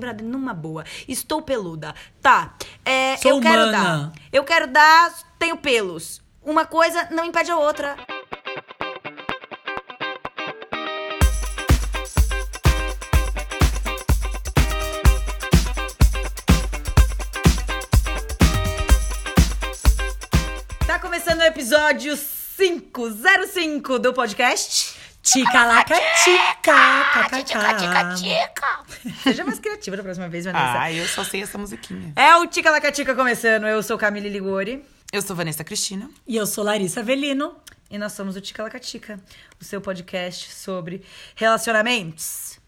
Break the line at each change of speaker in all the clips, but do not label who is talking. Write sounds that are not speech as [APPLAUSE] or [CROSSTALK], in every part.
lembrar dele numa boa. Estou peluda. Tá. É,
Sou
eu quero
humana.
dar. Eu quero dar, tenho pelos. Uma coisa não impede a outra. Tá começando o episódio 505 do podcast.
Tica laca tica, tica, tica, tica,
[LAUGHS] Seja mais criativa da próxima vez, Vanessa.
Ah, eu só sei essa musiquinha.
É o Tica Lacatica começando. Eu sou Camille Ligori
Eu sou Vanessa Cristina.
E eu sou Larissa Avelino.
e nós somos o Tica Lacatica, o seu podcast sobre relacionamentos.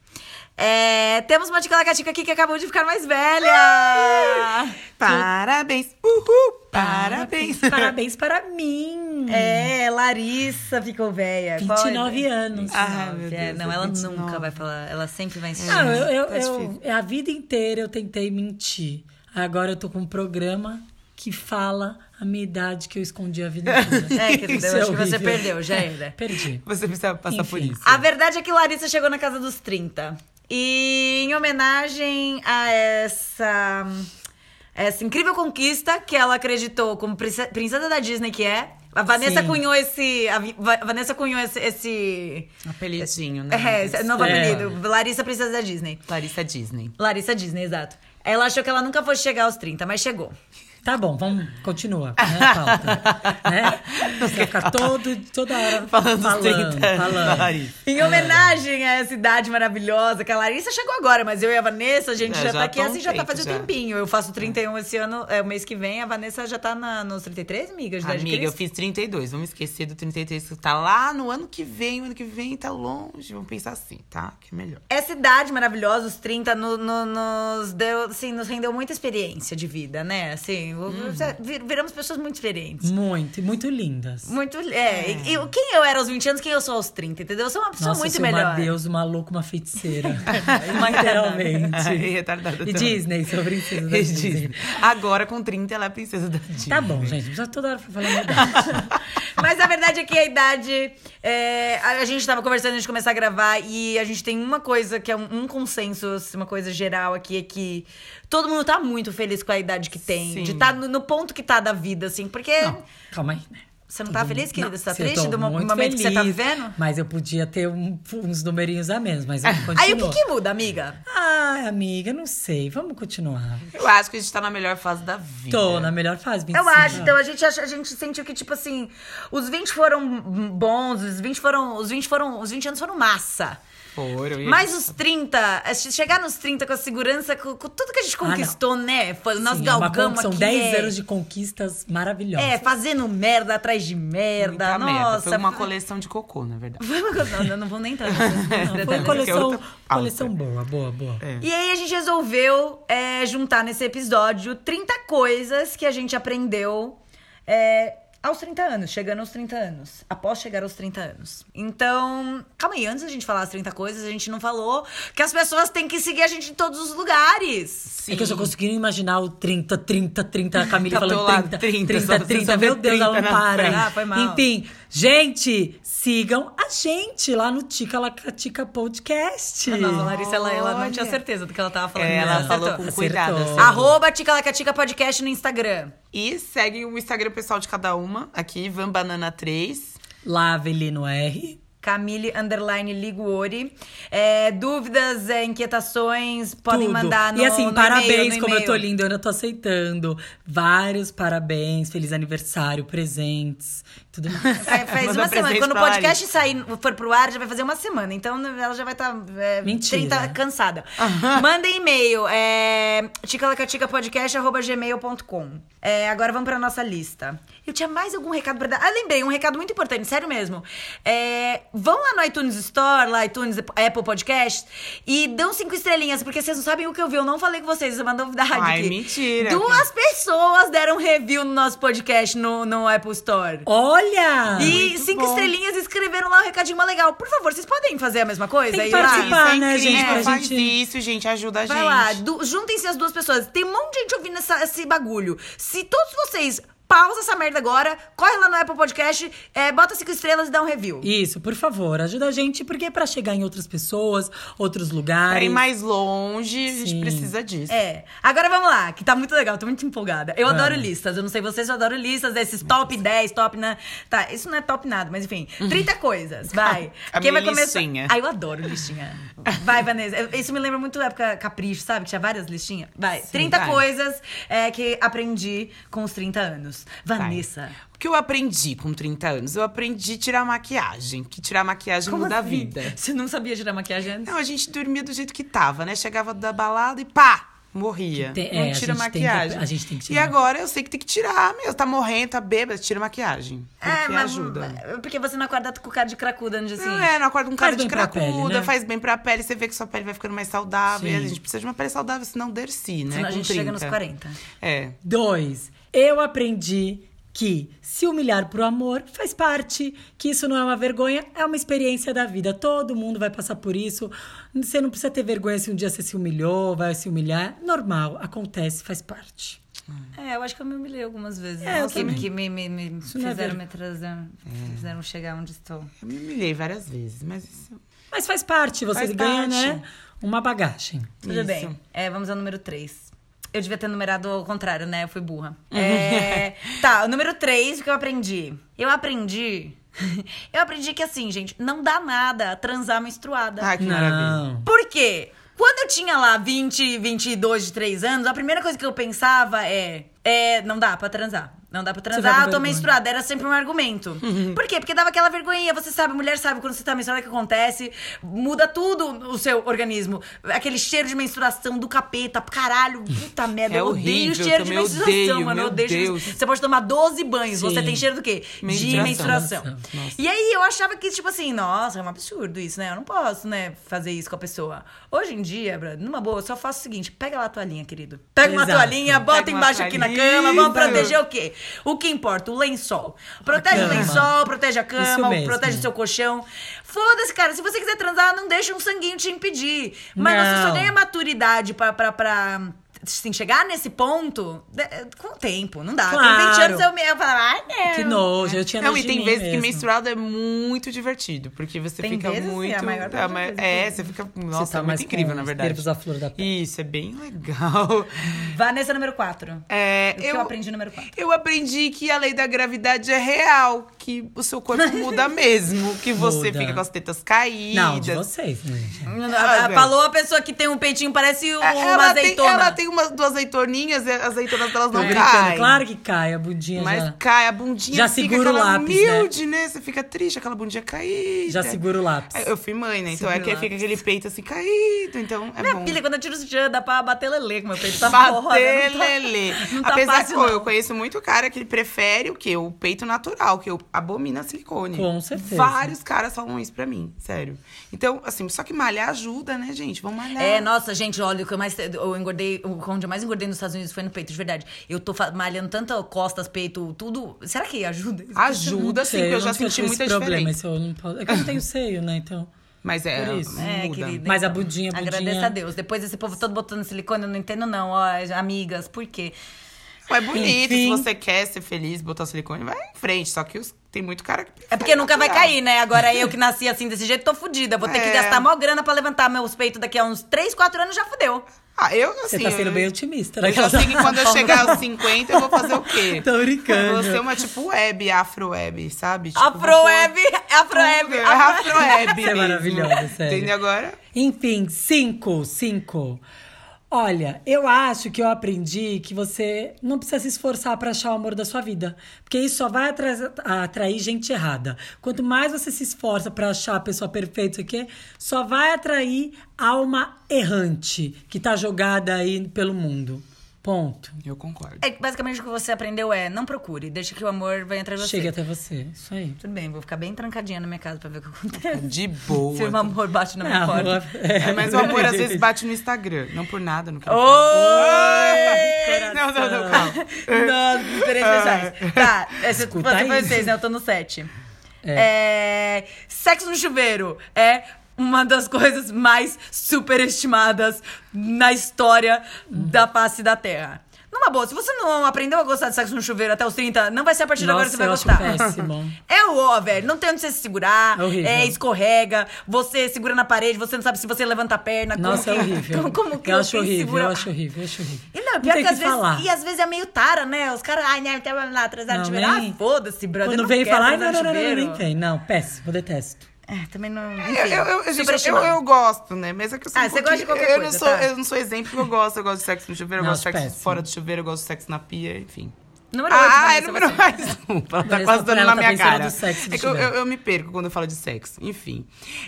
É, temos uma Tica Lacatica aqui que acabou de ficar mais velha.
Parabéns! Uhul! Parabéns!
Parabéns para mim.
É, Larissa ficou velha.
29 anos.
Ah,
Ah, meu Deus,
não,
é
ela
29.
nunca vai falar. Ela sempre vai insistir.
É. Não, eu, eu,
Tá
eu- é a vida inteira eu tentei mentir. Agora eu tô com um programa que fala a minha idade que eu escondi a vida
[LAUGHS]
inteira.
É, querida,
Isso
eu acho que você
horrível. É,
perdeu, já era.
Perdi.
Você precisa passar por
Enfim.
isso.
A verdade é que Larissa chegou na casa dos 30. E em homenagem a essa, essa incrível conquista que ela acreditou como prince- princesa da Disney que é, a Vanessa
Sim.
cunhou esse. A Vi- Va- Vanessa cunhou esse. esse
Apelidinho, né?
é, esse novo
É.
apelido. Larissa Princesa da Disney.
Clarissa Disney.
Larissa Disney, exato. Ela achou que ela nunca fosse chegar aos 30, mas chegou.
Tá bom, vamos, continua. Né,
[LAUGHS]
pauta, né? [LAUGHS] Você vai ficar todo,
[LAUGHS]
toda
[LAUGHS]
hora
Falando,
falando,
dos 30 anos,
falando.
Larissa.
Em homenagem a essa idade maravilhosa, que a Larissa chegou agora, mas eu e a Vanessa, a gente
É,
já,
já
tá aqui
tá um
assim, já tá
tempo,
fazendo um
já.
tempinho. Eu faço 31 esse ano, é o mês que vem, a Vanessa já tá na- nos 33, amiga, de idade de
Amiga, eu
Cristo.
fiz 32. Vamos esquecer do 33 que tá lá no ano que vem. O ano que vem tá longe. Vamos pensar assim, tá? Que é melhor.
Essa idade maravilhosa, os 30, no- no- nos deu, assim, nos rendeu muita experiência de vida, né? Assim, o-
Hum.
vir- viramos pessoas muito diferentes.
Muito, e muito lindas.
Muito. É, e- e quem eu era aos 20 anos, quem eu sou aos 30, entendeu? Eu sou uma pessoa
Nossa,
muito
seu
melhor.
uma deusa, uma louca,
[LAUGHS]
uma feiticeira.
Uma
E
Literalmente.
retardada
E
também.
Disney, sou princesa da
E
Disney.
Disney. Agora, com 30, ela é a princesa da Disney.
Tá bom, gente. Precisa toda hora falar minha idade.
Mas a verdade é que a idade. é, a, a gente tava conversando antes de começar a gravar e a gente tem uma coisa que é um, um consenso, assim, uma coisa geral aqui, é que todo mundo tá muito feliz com a idade que tem,
Sim.
de tá no, no ponto que tá da vida, assim, porque. [LAUGHS]
Não, calma aí, né?
Você não tá feliz, querida?
Não,
você tá
se eu
triste
tô
do mo-
muito
momento que você tá
feliz,
vivendo? Ah,
Mas eu podia ter um- uns numerinhos a menos, mas eu continuo.
Aí o que que muda, amiga?
Ai, amiga, não sei. Vamos continuar.
Eu acho que a gente tá na melhor fase da vida.
Tô né? na melhor fase, 25
é. Eu acho,
anos.
então a gente, acha- a gente sentiu que, tipo assim, os 20 foram bons, os 20 foram. Os 20 foram. Os 20 anos foram massa.
Foram. e-
Mas os 30, é, che- chegar nos 30 com a segurança, com, com tudo que a gente
Ah, não.
conquistou, né? Foi- Nós
Sim, é uma
galgamos
con- São
aqui.
10
é,
anos de conquistas maravilhosas.
É, fazendo merda atrás de merda.
Muita merda.
nossa.
Foi uma coleção de cocô, na verdade.
[LAUGHS] Foi uma coisa- Não, eu não vou nem entrar
[LAUGHS]
nesse
Não,
detalhe.
foi
que é
coleção,
outra pauta.
coleção boa, boa, boa.
E aí a gente resolveu é, juntar nesse episódio 30 coisas que a gente aprendeu é, aos 30 anos, chegando aos 30 anos, após chegar aos 30 anos. Então, calma aí, antes da gente falar as 30 coisas, a gente não falou que as pessoas têm que seguir a gente em todos os lugares.
Sim.
É que eu só conseguindo imaginar o 30, 30, 30, a Camila
Tá
falando
do lado,
30, 30,
30,
30,
só- só vê
meu Deus,
30
ela não
na
para.
frente.
Ah, foi mal.
Enfim, gente, sigam a gente lá no Tica Lacatica Podcast.
Não, a Larissa, ela, ela não
Olha.
tinha certeza do que ela tava falando.
É, ela
Não.
falou
Acertou.
com cuidado.
Acertou.
assim.
Arroba Ticalacatica Podcast no Instagram.
E segue o Instagram pessoal de cada uma. Aqui, Van Banana 3.
Lá, Avelino R.
Camille Underline Liguori. É, dúvidas, é, inquietações, podem
tudo.
mandar no
E assim,
no e-mail,
parabéns,
no
como eu tô
e-mail.
linda, eu ainda tô aceitando. Vários parabéns, feliz aniversário, presentes, tudo
[LAUGHS]
mais.
Fa- Faz
[LAUGHS] Manda
uma semana.
presente
Quando o
pra
podcast sair, for pro ar, já vai fazer uma semana. Então ela já vai estar
Mentira.
30 cansada. Manda e-mail. É, ticalacaticapodcast.gmail.com é, Agora vamos pra nossa lista. Eu tinha mais algum recado pra dar. Ah, lembrei, um recado muito importante, sério mesmo. É, vão lá no iTunes Store, lá iTunes, Apple Podcast, e dão cinco estrelinhas, porque vocês não sabem o que eu vi. Eu não falei com vocês, isso é uma novidade.
Ai,
aqui.
mentira.
Duas pessoas deram review no nosso podcast no, no Apple Store.
Olha!
E cinco
bom.
estrelinhas e escreveram lá um recadinho mó legal. Por favor, vocês podem fazer a mesma coisa?
Tem
aí
que participar.
lá?
Isso é
né, gente,
incrível,
pra
Faz
gente-
isso, gente. Ajuda a gente.
Vai lá, du- juntem-se as duas pessoas. Tem um monte de gente ouvindo essa- esse bagulho. Se todos vocês pausa essa merda agora, corre lá no Apple Podcast, é, bota cinco estrelas e dá um review.
Isso, por favor, ajuda a gente, porque é pra chegar em outras pessoas, outros
Pra ir
lugares.
mais longe, a gente
Sim.
precisa disso.
É. Agora vamos lá, que tá muito legal, tô muito empolgada.
Ah.
Eu adoro
Vamos.
listas, eu não sei vocês, eu adoro listas desses top 10, top na. Tá, isso não é top nada, mas enfim. 30 coisas, vai.
Uhum. [LAUGHS] A
Quem vai
minha
começar?
listinha.
Ah, eu adoro listinha. Vai, Vanessa. Eu- Isso me lembra muito da época Capricho, sabe? Tinha várias listinhas. Vai.
Sim,
30
vai.
coisas é, que aprendi com os 30 anos. Vanessa.
O que eu aprendi com 30 anos? Eu aprendi tirar maquiagem, que tirar maquiagem
Como
muda
assim?
a vida.
Você não sabia tirar maquiagem antes?
Não, a gente dormia do jeito que tava, né? Chegava da balada e pá! Morria.
Que tem-
não
é, a
tira
gente tem que-
maquiagem.
a gente tem que
E
tirar.
agora eu sei que tem que tirar mesmo. Tá morrendo, tá bêbada, tira maquiagem.
É,
Porque ajuda.
Porque você não acorda com cara de cracuda no dia
Não
seguinte.
é, não acorda com cara
Faz
de
bem pra
cracuda,
pele, né?
faz bem pra pele, você vê que sua pele vai ficando mais saudável.
Sim.
E a gente precisa de uma pele saudável, senão derci, né?
Senão a
Com
gente chega nos
30.
40.
É.
Dois, eu aprendi que se humilhar pro amor faz parte, que isso não é uma vergonha, é uma experiência da vida. Todo mundo vai passar por isso. Você não precisa ter vergonha se um dia você se humilhou, vai se humilhar. Normal, acontece, faz parte.
É, eu acho que eu me humilhei algumas vezes.
É, eu
Nossa,
também.
que me, me, me
não é
fizeram
ver-
me trazer, fizeram chegar onde estou.
Eu me humilhei várias vezes, mas isso.
Mas faz parte, você
Faz
ganha,
parte.
né? Uma bagagem.
Tudo
Isso.
bem. É, vamos ao número 3. Eu devia ter numerado ao contrário, né? Eu fui burra.
Uhum.
É, tá, o número 3, o que eu aprendi? Eu aprendi. [LAUGHS] eu aprendi que assim, gente, não dá nada transar menstruada.
Ah, que maravilha.
Não.
Por quê? Quando eu tinha lá 20, 22, de 3 anos, a primeira coisa que eu pensava é, é não dá pra transar. Não dá pra
vai
transar,
com
eu tô
vergonha.
menstruada. Era sempre um argumento.
Uhum.
Por quê? Porque dava aquela vergonhinha. Você sabe, mulher sabe quando você tá menstruada o que acontece. Muda tudo o seu organismo. Aquele cheiro de menstruação do capeta. Caralho,
[LAUGHS]
puta merda.
É
eu odeio o
horrível,
cheiro de
também
menstruação,
odeio,
mano. Eu
meu
odeio cheiro de-
Deus.
Você pode tomar 12 banhos.
Sim.
Você tem cheiro do quê? De
Menstruação.
menstruação.
Nossa, nossa.
E aí eu achava que, tipo assim, nossa, é um absurdo isso, né? Eu não posso, né, fazer isso com a pessoa. Hoje em dia, Brad, numa boa, eu só faço o seguinte: pega lá a toalhinha, querido. Pega uma
Exato.
toalhinha, bota
Pega uma
embaixo aqui na
toalhinha.
cama, vamos
Isso.
proteger o quê? O que importa? O lençol. Protege
A
o
cama.
lençol, protege a cama,
Isso mesmo.
protege o seu colchão. Foda-se, cara. Se você quiser transar, não deixa um sanguinho te impedir. Mas você só
Não.
ganha maturidade pra. pra, pra assim, chegar nesse ponto é, com o tempo, não dá. Com
Claro.
20 anos eu, me- eu falava, ai, né." não.
Que nojo, eu tinha
É. Não,
nojo
e
de
tem
mim
vezes que
mesmo.
menstruado é muito divertido, porque você
Tem
fica
vezes,
muito.
é a maior parte das
ma-
vezes,
é,
sim.
você fica. Nossa,
tá
é
mais
muito incrível,
com
na
os
verdade.
nervos à flor da pele.
Isso, é bem legal. [LAUGHS]
Vanessa número 4.
É,
O que eu aprendi número quatro?
Eu aprendi que a lei da gravidade é real, que o seu corpo
[LAUGHS]
muda mesmo, que você
Muda.
fica com as tetas caídas.
Não, de vocês, né, gente?
Ah,
velho.
falou a pessoa que tem um peitinho, parece um-
É,
uma
ela, tem,
azeitona.
ela tem umas duas azeitoninhas, e as azeitonas delas
Tô
não
brincando,
caem.
Claro que cai, a budinha
Mas
já,
cai, a bundinha
Já
fica
segura o
aquela
lápis, né?
humilde, né? Você fica triste, aquela bundinha caída.
já segura o lápis.
Eu fui mãe, né? Então é
Segura
que
lá.
fica aquele peito assim caído, então é
Minha
bom.
filha, quando eu tiro o sutiã, dá pra bater lelê com meu peito. Tá foda,
Bater
não tá-
lelê.
não tá
Apesar que
fácil,
ó,
não.
eu conheço muito cara que prefere o quê? O peito natural, que eu abomina silicone.
Com certeza.
Vários caras falam isso pra mim, sério. Então, assim, só que malhar ajuda, né, gente? Vamos malhar.
É, nossa, gente, olha, o que eu mais eu engordei, o- onde eu mais engordei nos Estados Unidos foi no peito, de verdade. Eu tô fa- malhando tanto costas, peito, tudo. Será que ajuda?
Ajuda, sim, porque eu já
não sei
senti
esse
muita
problema,
diferença.
esse eu não posso- É que eu não tenho seio, né? Então.
Mas é,
Por isso.
É,
muda.
querida.
Mas a budinha, budinha-
Agradeço a Deus. Depois esse povo todo botando silicone, eu não entendo, não. Ó, amigas, por quê?
É bonito,
Enfim.
se você quer ser feliz, botar silicone, vai em frente. Só que os- tem muito cara que
É porque nunca vai
natural.
cair, né? Agora eu que nasci assim desse jeito, tô fudida. Vou ter que
É.
gastar mó grana pra levantar meus peitos daqui a uns 3, 4 anos, já fudeu.
Ah, eu,
Você
assim...
tá sendo
eu-
bem otimista, né?
Eu já sei que quando eu chegar aos 50, eu vou fazer o quê?
Tô brincando.
Eu vou ser uma tipo web, afro-web, sabe? Tipo, vou pôr-
Afroeb, Afroeb,
É
Afro...
afro-web
Você é
mesmo.
maravilhosa, sério.
Entendeu agora?
Enfim, cinco, cinco. Olha, eu acho que eu aprendi que você não precisa se esforçar pra achar o amor da sua vida, porque isso só vai atra- atrair gente errada. Quanto mais você se esforça pra achar a pessoa perfeita, isso aqui, só vai atrair alma errante que tá jogada aí pelo mundo. Ponto.
Eu concordo.
É, basicamente o que você aprendeu é, não procure, deixa que o amor venha atrás de você.
Chega até você. Isso aí.
Tudo bem, vou ficar bem trancadinha na minha casa pra ver o que acontece.
De
Se o
boa.
amor bate na minha
Não,
porta.
é,
É,
um
mas o amor às vezes bate no Instagram. Não por nada, não quero.
Oi!
Não, não,
[LAUGHS]
não, calma. É.
Nossa, diferentes mensagens. Tá, essa
Escuta
você foi
isso.
seis, né? Eu tô no sete. É. Sexo no chuveiro é uma das coisas mais superestimadas na história da face da Terra. Não numa boa, se você não aprendeu a gostar de sexo no chuveiro até os 30, não vai ser a partir de agora que você vai
eu
gostar.
acho péssimo.
É o ó, velho. Não tem onde você se segurar.
É horrível.
É, escorrega. Você segura na parede, você não sabe se você levanta a perna. como
Nossa, é
que-
horrível.
[LAUGHS] Como, como que
eu acho
você
horrível,
segura-
eu acho horrível, eu acho horrível.
E não, pior
tem
que às
que
vezes.
falar.
E às vezes é meio tara, né? Os caras, ai, né, até lá, transar
Não,
de chuveiro. Ah,
nem-
foda-se, brother.
Quando
não
vem
quero
falar,
transar no
não, não, não, não, não,
chuveiro.
nem tem. Não, péssimo, detesto.
É, também não.
Eu,
enfim,
eu, eu, gente, eu,
superestimado.
eu gosto, né? Mas é que eu sou
Ah,
um
você gosta de
pouquinho-
qualquer
eu
coisa,
Não sou,
tá?
Eu não sou exemplo porque eu gosto. Eu gosto de sexo no chuveiro, eu
Não,
gosto de
acho
sexo
péssimo.
fora do chuveiro, eu gosto de sexo na pia, enfim.
Número oito,
Ah,
Vanessa,
é número
você.
mais um. Ela tá
Vanessa,
quase dando
ela
na
tá
minha
pensando
cara.
do sexo do
é que eu,
chuveiro.
eu- eu me perco quando eu falo de sexo. Enfim.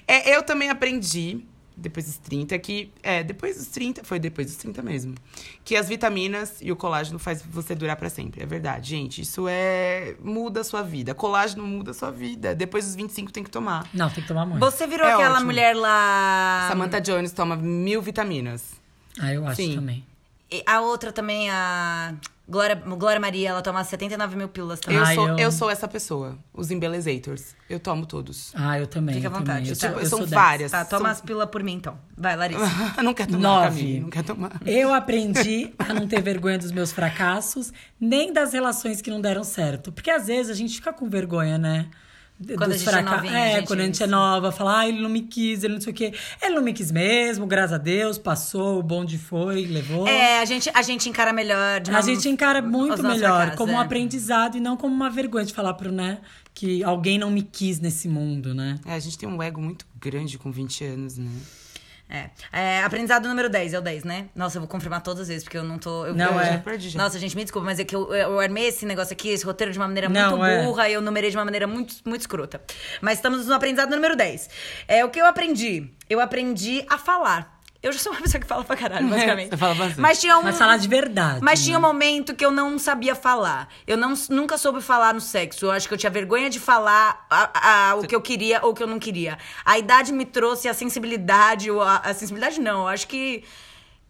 É, eu também aprendi, depois dos 30, que. É, depois dos 30, foi depois dos 30 mesmo. Que as vitaminas e o colágeno faz você durar pra sempre. É verdade, gente. Isso é. muda a sua vida. Colágeno muda a sua vida. Depois dos 25 tem que tomar.
Não, tem que tomar muito.
Você virou
É
aquela
ótimo.
mulher lá.
Samantha Jones toma mil vitaminas.
Ah, eu acho
Sim.
também.
E A outra também, a. Glória, Glória Maria, ela toma 79 mil pílulas também.
Eu,
Ai,
sou,
eu-
eu... sou essa pessoa. Os embelezators. Eu tomo todos.
Ah, eu também.
Fica à
eu
vontade,
também. Eu
tá.
sou- eu
Tipo, São
sou dessas.
várias.
Tá,
São
toma as pílulas por mim então. Vai, Larissa.
[LAUGHS] não quer tomar,
Nove.
Camille. Não quer tomar.
Eu aprendi a não ter vergonha dos meus fracassos, nem das relações que não deram certo. Porque às vezes a gente fica com vergonha, né? D-
Quando a
dos
gente é
fraca-
novinha,
É,
gente,
quando a gente é
isso.
nova, fala, ah, ele não me quis, ele não sei o quê. Ele não me quis mesmo, graças a Deus, passou, o bonde foi,
Ah.
levou.
É, a gente, a gente encara melhor. De
A gente encara
os
muito
nossos
melhor,
fracassos,
como
é.
um aprendizado e não como uma vergonha de falar pro, né, que alguém não me quis nesse mundo, né?
É, a gente tem um ego muito grande com 20 anos, né?
É. É, Aprendizado número 10, é o 10, né? Nossa, eu vou confirmar todas as vezes, porque eu não tô. Eu,
Não,
eu
é.
já-
Perdi já.
Nossa, gente, me desculpa, mas é que eu, eu armei esse negócio aqui, esse roteiro de uma maneira
Não,
muito
é.
burra e eu numerei de uma maneira muito, muito escrota. Mas estamos no aprendizado número 10. É, o que eu aprendi? Eu aprendi a falar. Eu já sou uma [LAUGHS] pessoa que fala pra
É,
caralho, basicamente.
Você fala bastante.
Mas tinha um.
Mas falar de verdade.
Mas
né?
tinha um momento que eu não sabia falar. Eu não, nunca soube falar no sexo. Eu acho que eu tinha vergonha de falar a- a- o que eu queria ou o que eu não queria. A idade me trouxe a sensibilidade, ou a, a sensibilidade não, eu acho que.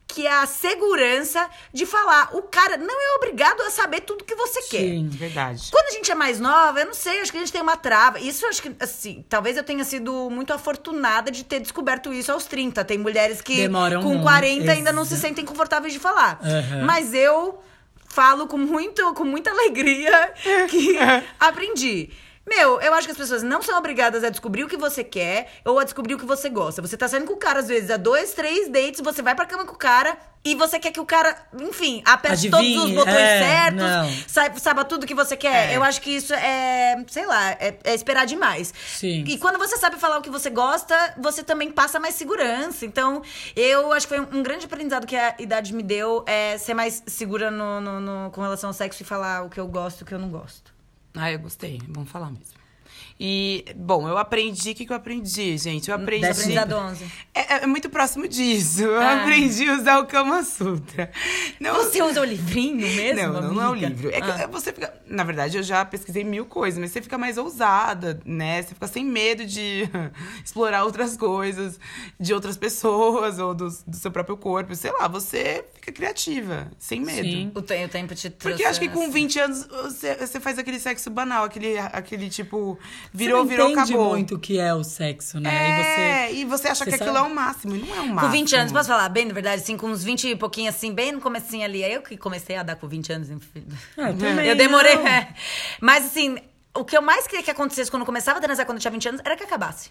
Que é a segurança de falar. O cara não é obrigado a saber tudo que você quer.
Sim.
Verdade.
Quando a gente é mais nova, eu não sei, acho que a gente tem uma trava. Isso eu acho que, assim, talvez eu tenha sido muito afortunada de ter descoberto isso aos 30. Tem mulheres que
Demoram
com
muito,
40 ainda não se
exa-
sentem confortáveis de falar.
Aham.
Mas eu falo com, muito, com muita
[LAUGHS]
alegria que aprendi. Meu, eu acho que as pessoas não são obrigadas a descobrir o que você quer ou a descobrir o que você gosta. Você tá saindo com o cara, às vezes, há dois, três dates, você vai pra cama com o cara e você quer que o cara, enfim, aperte todos os
Adivinhe,
botões
é,
certos,
não.
saiba, saiba tudo que você quer.
É.
Eu acho que isso é, sei lá, é, é esperar demais.
Sim.
E quando você sabe falar o que você gosta, você também passa mais segurança. Então, eu acho que foi um, um grande aprendizado que a idade me deu é ser mais segura no, no- no- com relação ao sexo e falar o que eu gosto e o que eu não gosto.
Ah, eu gostei. Vamos falar mesmo. E, bom, eu aprendi. O que, que eu aprendi, gente?
Hum,
Eu aprendi.
Décimo
Aprendizado 11.
É, é muito próximo disso. Eu aprendi a usar o Kama Sutra. Não,
Você usa o livrinho mesmo?
não, não, não é o
amiga?
livro. É que você fica. Na verdade, eu já pesquisei mil coisas, mas você fica mais ousada, né? Você fica sem medo de [LAUGHS] explorar outras coisas, de outras pessoas ou do, do seu próprio corpo. Sei lá, você fica criativa, sem medo.
Sim.
O, te- o tempo te trouxe.
Porque acho que com
essa-
20 anos você, você faz aquele sexo banal, aquele, aquele tipo,
Você
virou,
não
virou,
entende
acabou.
muito o que é o sexo, né?
É,
e
e você acha
você
que aquilo
sabe?
é o máximo, e não é o máximo.
Com 20 anos, posso falar? Bem, na verdade, assim, com uns 20 e pouquinho, assim, bem no comecinho ali. Aí eu que comecei a dar com 20 anos. enfim.
Ah, eu também,
eu demorei.
não.
é. Mas, assim, o que eu mais queria que acontecesse quando eu começava a transar quando eu tinha 20 anos era que acabasse.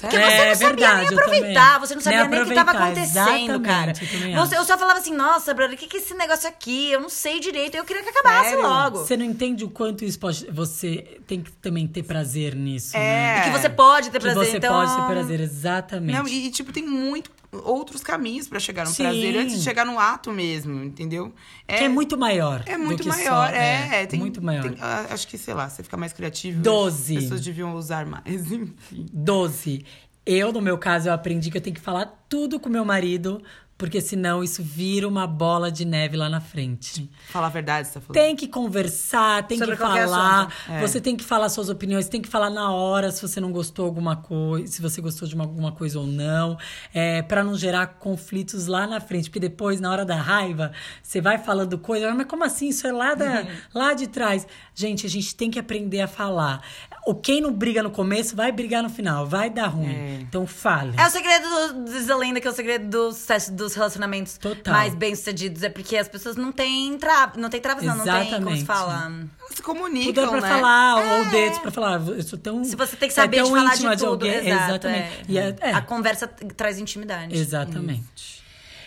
Porque
Sério?
você
É,
não sabia
verdade,
nem
eu também.
aproveitar, você não sabia
Nem
nem, o que estava
aproveitar,
acontecendo, cara.
exatamente, eu também
Você- eu
acho.
só falava assim, nossa, brother, o que, que é esse negócio aqui? Eu não sei direito. Eu queria que acabasse
Sério?
logo.
Você não entende o quanto isso pode. Você tem que também ter prazer nisso.
É.
Né?
E que você pode ter
Que
prazer,
você
então...
pode ter prazer, exatamente.
Não, e, e, tipo, tem muito outros caminhos pra chegar no
Sim.
prazer antes de chegar no ato mesmo, entendeu?
que é muito maior.
é
do
muito
que
maior,
só-
é, tem-
muito maior.
tem- ah, acho que, sei lá, você fica mais criativo.
Doze.
As pessoas deviam usar mais, [LAUGHS] enfim.
12. Eu, no meu caso, eu aprendi que eu tenho que falar tudo com meu marido, porque senão isso vira uma bola de neve lá na frente.
Falar a verdade, você tá falando.
Tem que conversar, tem
Sobre
que
qualquer
falar.
assunto.
É.
Você tem que falar suas opiniões, tem que falar na hora se você não gostou alguma coisa, se você gostou de uma- alguma coisa ou não, é, para não gerar conflitos lá na frente, porque depois na hora da raiva você vai falando coisa, "Ah, mas como assim isso é lá da,
Uhum.
lá de trás? Gente, a gente tem que aprender a falar. O quem não briga no começo vai brigar no final, vai dar ruim. Então fale.
É o segredo do, diz a lenda que é o segredo do sucesso, do os relacionamentos
Total.
mais bem-sucedidos. É porque as pessoas não têm travas. Não tem travas, não. Não tem, como se
Exatamente.
fala.
Elas se
O
comunicam,
dedo é pra
né?
falar, ou o dedo pra falar. "Ah, Eu sou tão.
É. Se você tem que
é
saber
tão
de falar de
íntima
tudo.
alguém.
exato,
Exatamente.
é.
E é- é.
A conversa t- traz intimidade.
Exatamente.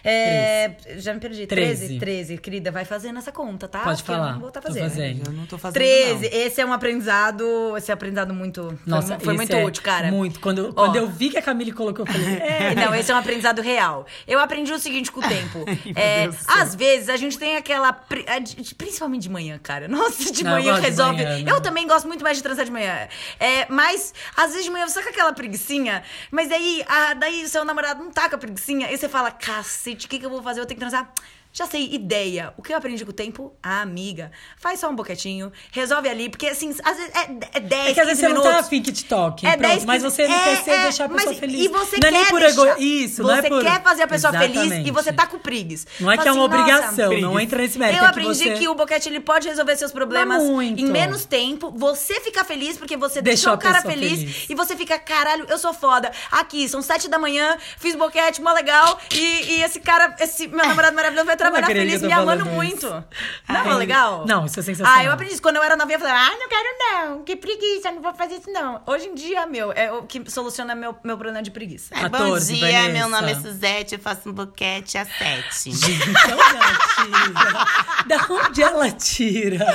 É, já me perdi. 13.
Treze.
13, querida, vai fazendo essa conta, tá?
Pode
Porque eu
falar.
não vou estar
Tô
fazendo.
fazendo.
Eu não tô fazendo,
13,
não.
esse é um aprendizado, esse é um aprendizado muito,
Nossa,
foi, mu- foi
esse
muito
é
útil, cara.
Muito. Quando,
Ó.
quando eu vi que a Camille colocou, eu falei. É,
É, não, esse é um aprendizado real. Eu aprendi o seguinte com o
[LAUGHS]
tempo. É,
Deus do céu.
às vezes a gente tem aquela. pri- a de- Principalmente de manhã, cara. Nossa, de
Não, eu
manhã
gosto de
resolve.
manhã, né?
eu também gosto muito mais de transar de manhã. É, mas, às vezes de manhã você tá com aquela preguicinha, mas daí, a, daí seu namorado não tá com a preguicinha. E você fala, cacete, o que, que eu vou fazer? Eu tenho que transar. Já sei, ideia. O que eu aprendi com o tempo? A amiga. Faz só um boquetinho, resolve ali, porque assim, às vezes é, é 10,
É que às
15
vezes você não tá
minutos.
afim que te toque.
É
pronto,
10,
mas
15,
você não quer
é,
ser
é,
deixar a pessoa
mas
feliz.
E você
não
quer
é nem por
deixar,
ego- Isso, não
você
é por...
quer fazer a pessoa feliz e
Exatamente.
você tá com preguiça.
Não é que
Fala
é uma
assim,
obrigação,
"Nossa,
não entra nesse mérito.
Eu
é
aprendi que,
você
o boquete ele pode resolver seus problemas
Mas muito.
em menos tempo. Você fica feliz porque você
Deixou
deixou,
a
o cara
pessoa
feliz,
feliz.
e você fica, caralho, eu sou foda. Aqui, são sete da manhã, fiz boquete, mó legal e, e esse cara, esse meu namorado maravilhoso vai trabalhar
acredito
feliz
que eu
me
tô
amando
falando
muito.
isso.
Não é mó
Ai,
legal?
não, isso é sensacional.
Ah, eu aprendi isso. Quando eu era novinha, eu falei, ah, não quero não, que preguiça, não vou fazer isso não. Hoje em dia, meu, é o que soluciona meu, meu problema de preguiça.
É, Bom
14,
dia, meu
Vanessa. [LAUGHS]
nome é Suzete, eu faço um boquete às sete.
Então, Gatinha, da onde ela tira?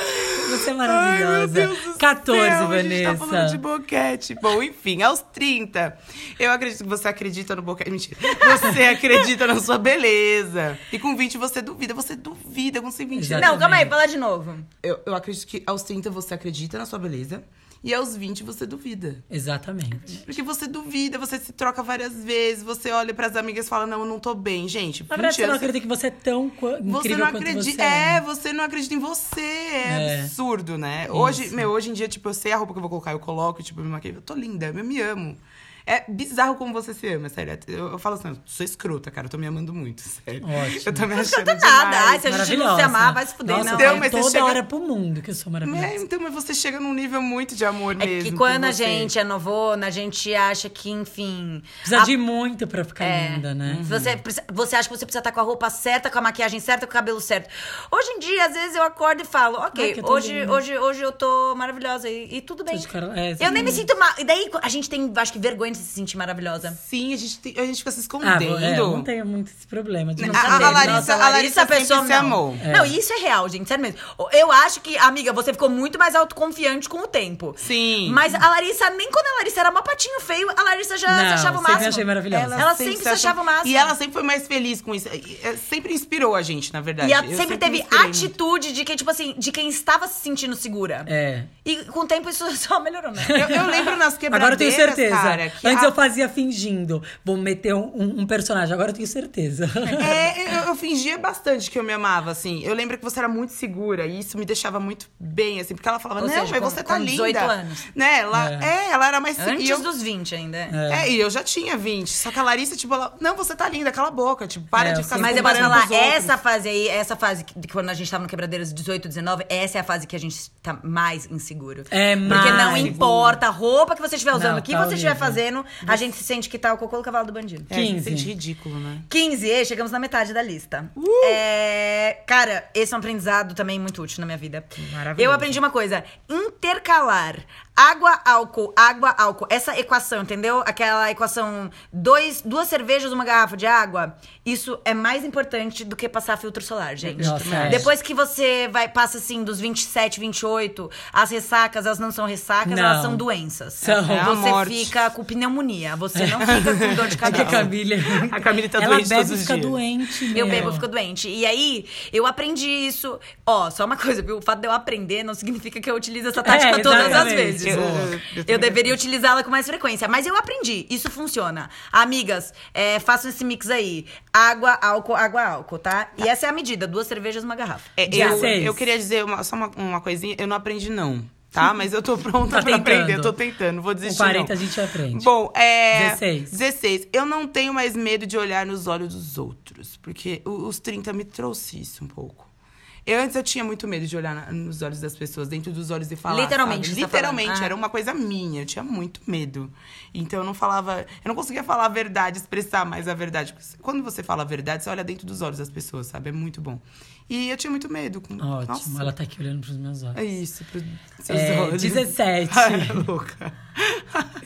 Você é maravilhosa. 14,
céu, A gente
Vanessa.
tá falando de boquete. Bom, enfim, aos 30. Eu acredito que você acredita no boquete. Mentira.
[LAUGHS]
Você acredita na sua beleza. E com 20 você duvida. Você duvida com 20
Exato.
anos.
Não, calma aí,
também.
fala de novo.
Eu, eu acredito que aos 30 você acredita na sua beleza. E aos 20 você duvida.
Exatamente.
Porque você duvida, você se troca várias vezes, você olha pras amigas e fala: Não, eu não tô bem, gente.
Na
20
verdade, Tá você não
anos-
acredita que você é tão qua- incrível
você não
quanto
acredita.
você
é.
é.
você não acredita em você. É,
É.
absurdo, né? Hoje, meu, hoje em dia, tipo, eu sei a roupa que eu vou colocar, eu coloco, tipo, eu me maquei. Eu tô linda, eu me amo. É bizarro como você se ama, sério. Eu, eu falo assim, eu sou escrota, cara. Eu tô me amando muito, sério.
Ótimo.
Eu tô me achando
escrota nada,
demais.
ai, se a gente não se amar, vai se fuder,
Nossa,
não.
Eu
Não,
falo
mas você
toda
chega-
hora pro mundo que eu sou maravilhosa.
É, então, mas você chega num nível muito de amor
É
mesmo.
que
por
quando a
você.
gente é novona, a gente acha que, enfim.
Precisa
a-
de muito pra ficar
é,
linda, né?
Uhum.
Você, precisa- você acha que você precisa estar com a roupa certa, com a maquiagem certa, com o cabelo certo. Hoje em dia, às vezes eu acordo e falo,
Ai,
ok,
que eu tô
hoje,
linda.
hoje, hoje eu tô maravilhosa e, e tudo bem.
Tô de cara- é,
eu nem me
exatamente.
sinto mal. E daí a gente tem, acho que, vergonha de se sentir maravilhosa.
Sim, a gente, tem- a gente fica se
Ah,
escondendo.
vou- é, não tenho muito esse problema. De
A-
não
a
saber.
Larissa-
Nossa,
a Larissa sempre se
não.
amou.
Não, isso é real, gente, sério mesmo. Eu acho que, amiga, você ficou muito mais autoconfiante com o tempo.
Sim.
Mas a Larissa, nem quando a Larissa era mó patinho feio, a Larissa já se
Não,
achava o
sempre
máximo.
achei maravilhosa.
Ela, ela sempre, se achava o máximo.
E ela sempre foi mais feliz com isso. E, é, Sempre inspirou a gente, na verdade.
E ela
Eu
sempre,
me
teve
inspirei muito.
atitude de quem, tipo assim, de quem estava se sentindo segura.
É.
E com o tempo isso [LAUGHS] só melhorou,
[LAUGHS]
né?
Eu, eu lembro nas
Agora eu
quebradeiras,
tenho certeza.
cara, que
Antes
a-
eu fazia fingindo. Vou meter um, um- um personagem. Agora eu tenho certeza. [LAUGHS]
É, eu, eu fingia bastante que eu me amava, assim. Eu lembro que você era muito segura e isso me deixava muito bem, assim. Porque ela falava,
Ou
não,
seja,
mas
com-
você tá
com
linda.
18 anos.
Né? Ela, é. ela era mais...
Antes
e eu,
dos 20 ainda. é.
É, e eu já tinha 20. Só que a Larissa, tipo, ela... Não, você tá linda, cala a boca. Tipo, para
É,
de
eu
ficar
sei.
se
Mas eu posso
comparando com
falar,
os outros.
essa fase aí, essa fase que, de quando a gente tava no Quebradeiros 18, 19, essa é a fase que a gente tá mais inseguro.
É
Porque
mais
não
seguro.
importa a roupa que você estiver
Não,
usando, o que
tá
você estiver
horrível.
fazendo, a gente se sente que tá o cocô do cavalo do bandido.
É, se
15.
sente ridículo, né?
15, e chegamos na metade da lista.
Uh!
É, cara, esse é um aprendizado também muito útil na minha vida.
Maravilhoso.
Eu aprendi uma coisa: intercalar água, álcool, água, álcool. Essa equação, entendeu? Aquela equação: dois, duas cervejas, uma garrafa de água. Isso é mais importante do que passar filtro solar, gente.
Nossa, é.
Depois que você vai passa assim dos 27, 28, as ressacas, elas não são ressacas,
Não.
elas são doenças.
São.
É a
Você
morte.
fica com pneumonia, você não fica com dor de
[LAUGHS] É que a
cabeça.
Camille...
um. A Camille tá
Ela
doente
bebe
todos
e
os
fica
dias.
doente,
Eu
meu.
bebo e fico doente. E aí, eu aprendi isso. Ó, só uma [LAUGHS] coisa, viu? O fato de eu aprender não significa que eu utilizo essa tática
É,
todas as
exatamente.
vezes.
Eu-
Eu,
eu- eu também
deveria utilizá-la com mais frequência. Mas eu aprendi. Isso funciona. Amigas, é, façam esse mix aí. Água, álcool, água, álcool, tá? E essa é a medida. Duas cervejas, uma garrafa.
É,
Dia
eu,
seis.
eu queria dizer uma- só uma, uma coisinha. Eu não aprendi, não. Tá? Mas eu tô pronta
Tá
pra
tentando.
aprender. Eu tô tentando. Vou desistir,
Com 40
não.
a gente aprende.
Bom, é...
16.
16. Eu não tenho mais medo de olhar nos olhos dos outros. Porque o- os 30 me trouxe isso um pouco. Eu antes eu tinha muito medo de olhar na- nos olhos das pessoas, dentro dos olhos e falar.
Literalmente,
sabe?
você tá falando.
Literalmente,
Ah.
era uma coisa minha. Eu tinha muito medo. Então eu não falava. Eu não conseguia falar a verdade, expressar mais a verdade. Quando você fala a verdade, você olha dentro dos olhos das pessoas, sabe? É muito bom. E eu tinha muito medo. Com...
Ótimo,
Nossa.
ela tá aqui olhando pros meus olhos.
É isso, pros seus
É,
olhos.
17.
Ai, é louca.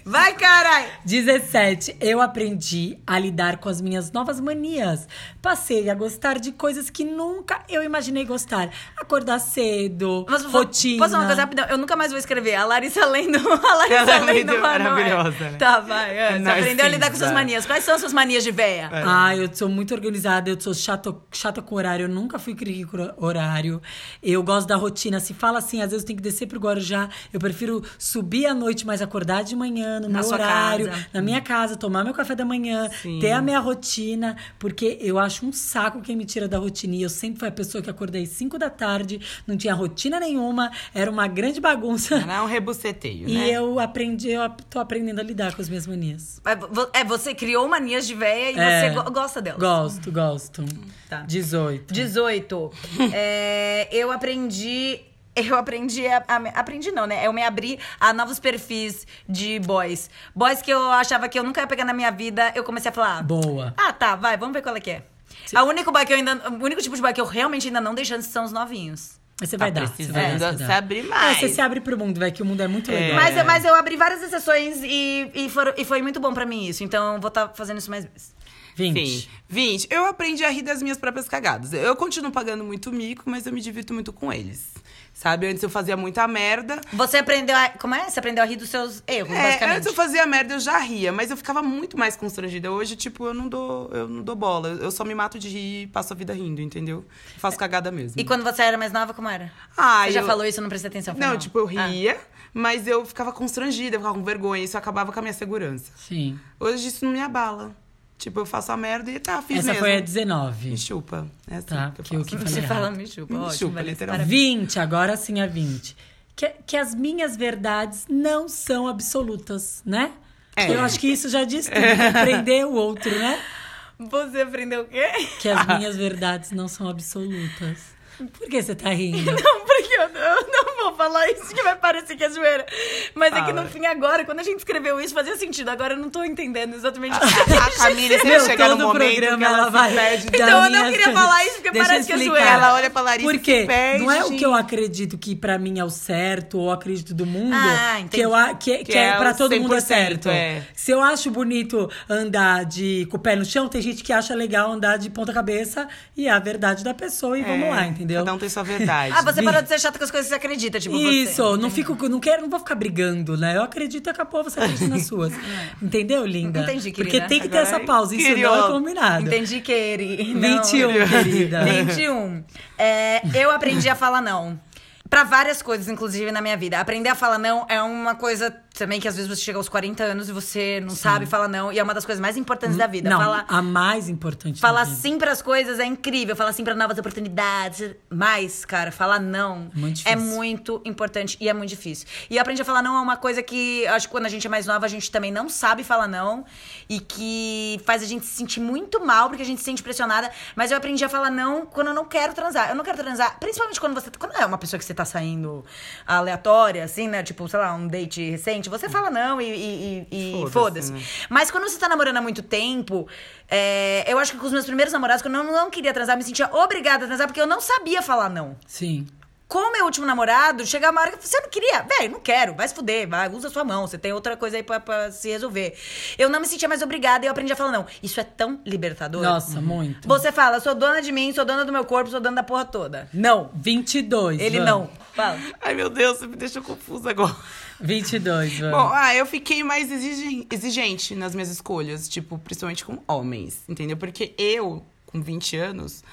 Vai, caralho!
17. Eu aprendi a lidar com as minhas novas manias. Passei a gostar de coisas que nunca eu imaginei gostar. Acordar cedo,
Mas vou-
rotina.
Posso falar uma coisa rapidão? Eu nunca mais vou escrever. A Larissa lendo. [LAUGHS] A Larissa
Ela é
lendo
muito
uma noia.
maravilhosa, né?
Tá, vai. é, Você
Narcisa.
aprendeu a lidar com suas manias. Quais são suas manias de véia?
Ah, eu sou muito organizada, eu sou chata, chata com horário, eu nunca fui cri com horário. Eu gosto da rotina. Se fala assim, às vezes eu tenho que descer pro Guarujá. Eu prefiro subir à noite, mas acordar de manhã, no
Na
meu
sua
horário,
casa.
na minha casa, tomar meu café da manhã, ter a minha rotina, porque eu acho um saco quem me tira da rotina. E eu sempre fui a pessoa que acordei 5 da tarde, não tinha rotina nenhuma, era uma
[LAUGHS]
grande bagunça.
Era um rebuceteio,
E
né?
eu aprendi, eu ap- tô aprendendo a lidar com as minhas manias.
É, vo- É, você criou manias de véia e
É.
você go- gosta delas.
Gosto, gosto.
Tá.
18.
18. [LAUGHS] É, eu aprendi. Eu aprendi a, a me- Aprendi não, né? Eu me abri a novos perfis de boys. Boys que eu achava que eu nunca ia pegar na minha vida, eu comecei a falar.
Boa.
Ah, tá, vai, vamos ver qual é que é. A único boy que eu ainda. O único tipo de boy que eu realmente ainda não dei chance são os novinhos.
Mas você
Tá
vai dar. você
precisando
vai dar, você vai
se
dar.
abrir mais.
É, você se abre pro mundo, vai, que o mundo é muito legal.
Mas, eu- mas eu abri várias exceções e, e, foram- e foi muito bom pra mim isso. Então eu vou estar fazendo isso mais vezes.
20.
Enfim, 20. Eu aprendi a rir das minhas próprias cagadas. Eu continuo pagando muito mico, mas eu me divirto muito com eles. Sabe? Antes eu fazia muita merda.
Você aprendeu a. Como é? Você aprendeu a rir dos seus erros,
É,
basicamente.
antes eu fazia merda, eu já ria, mas eu ficava muito mais constrangida. Hoje, tipo, eu não dou, eu não dou bola. Eu só me mato de rir e passo a vida rindo, entendeu? Faço cagada mesmo.
E quando você era mais nova, como era?
Ah,
você já
eu-
falou isso, eu não prestei atenção. foi
é
Não,
mal.
tipo, eu
Ah.
ria, mas eu ficava constrangida, eu ficava com vergonha. Isso acabava com a minha segurança.
Sim.
Hoje isso não me abala. Tipo, eu faço a merda e tá, fiz
Essa
mesmo.
foi a 19.
Me chupa. É assim
Tá,
que eu
que o
faço.
que
Você
falei
fala,
errado.
me chupa.
[LAUGHS] Me
ótimo,
chupa,
Valência,
literalmente.
parabéns.
20, agora sim a 20. Que, que as minhas verdades não são absolutas, né?
É.
Eu acho que isso já diz tudo. Aprender o outro, né?
Você aprendeu o quê? [LAUGHS]
Que
[LAUGHS]
as minhas verdades não são absolutas. Por que você tá rindo?
Não, porque eu não, eu não vou falar isso, que vai parecer que é zoeira. Mas é que
Fala.
no fim, agora, quando a gente escreveu isso, fazia sentido. Agora eu não tô entendendo
Ah,
exatamente o que é.
[LAUGHS] A, a Camille sempre
Meu,
chega no
todo
momento
programa
que ela,
ela
se
vai
perde.
dar
Então, eu não
minhas
queria
coisas.
falar isso, porque
Deixa eu
parece que é
explicar.
zoeira.
Ela olha pra Larissa e
Por quê?
se perde.
Não é o que eu acredito que pra mim é o certo ou acredito do mundo,
Ah, entendi.
que eu a- que, que é,
é
pra
o
todo mundo é
100%,
certo.
é.
Se eu acho bonito andar de com o pé no chão, tem gente que acha legal andar de ponta cabeça e é a verdade da pessoa [LAUGHS] e vamos
É,
lá, entendeu?
Cada um tem sua verdade.
Ah, você parou de ser chata com as coisas que você acredita, tipo
Isso,
você.
não fico, não quero, não vou ficar brigando, né? Eu acredito que acabou você acredita
[LAUGHS]
nas
É.
suas. Entendeu, linda?
Entendi, querida.
Porque tem que ter
Agora
essa pausa, isso não
criou.
é combinado.
Entendi, querido.
21, querida.
21. É, eu aprendi a falar não. Pra várias coisas, inclusive, na minha vida. Aprender a falar não é uma coisa também que às vezes você chega aos 40 anos e você não sabe falar não. E é uma das coisas mais importantes da vida.
Hum, Não, Ah,
falar
a mais importante. da
falar
vida.
sim pras coisas é incrível. Falar sim pra novas oportunidades. Mas, cara, falar não
É muito
é
difícil.
muito importante e é muito difícil. E eu aprendi a falar não é uma coisa que acho que quando a gente é mais nova, a gente também não sabe falar não. E que faz a gente se sentir muito mal, porque a gente se sente pressionada. Mas eu aprendi a falar não quando eu não quero transar. Eu não quero transar, principalmente quando você. Quando é uma pessoa que você tá saindo aleatória, assim, né? Tipo, sei lá, um date recente, você fala não e, e- e- e
Foda-se,
foda-se.
né?
Mas quando você tá namorando há muito tempo, é, eu acho que com os meus primeiros namorados, quando eu não, não queria transar, eu me sentia obrigada a transar, porque eu não sabia falar não.
Sim.
Com o meu último namorado, chegava uma hora que você não queria. Véi, não quero, vai se fuder, vai, usa sua mão, você tem outra coisa aí pra, pra se resolver. Eu não me sentia mais obrigada e eu aprendi a falar não. Isso é tão libertador.
Nossa, muito.
Você fala, sou dona de mim, sou dona do meu corpo, sou dona da porra toda. Não.
22.
Ele
Van.
não. Fala.
Ai, meu Deus, você me deixou confusa agora.
22, Van.
Bom, ah, eu fiquei mais exigi- exigente nas minhas escolhas, tipo, principalmente com homens, entendeu? Porque eu, com 20 anos,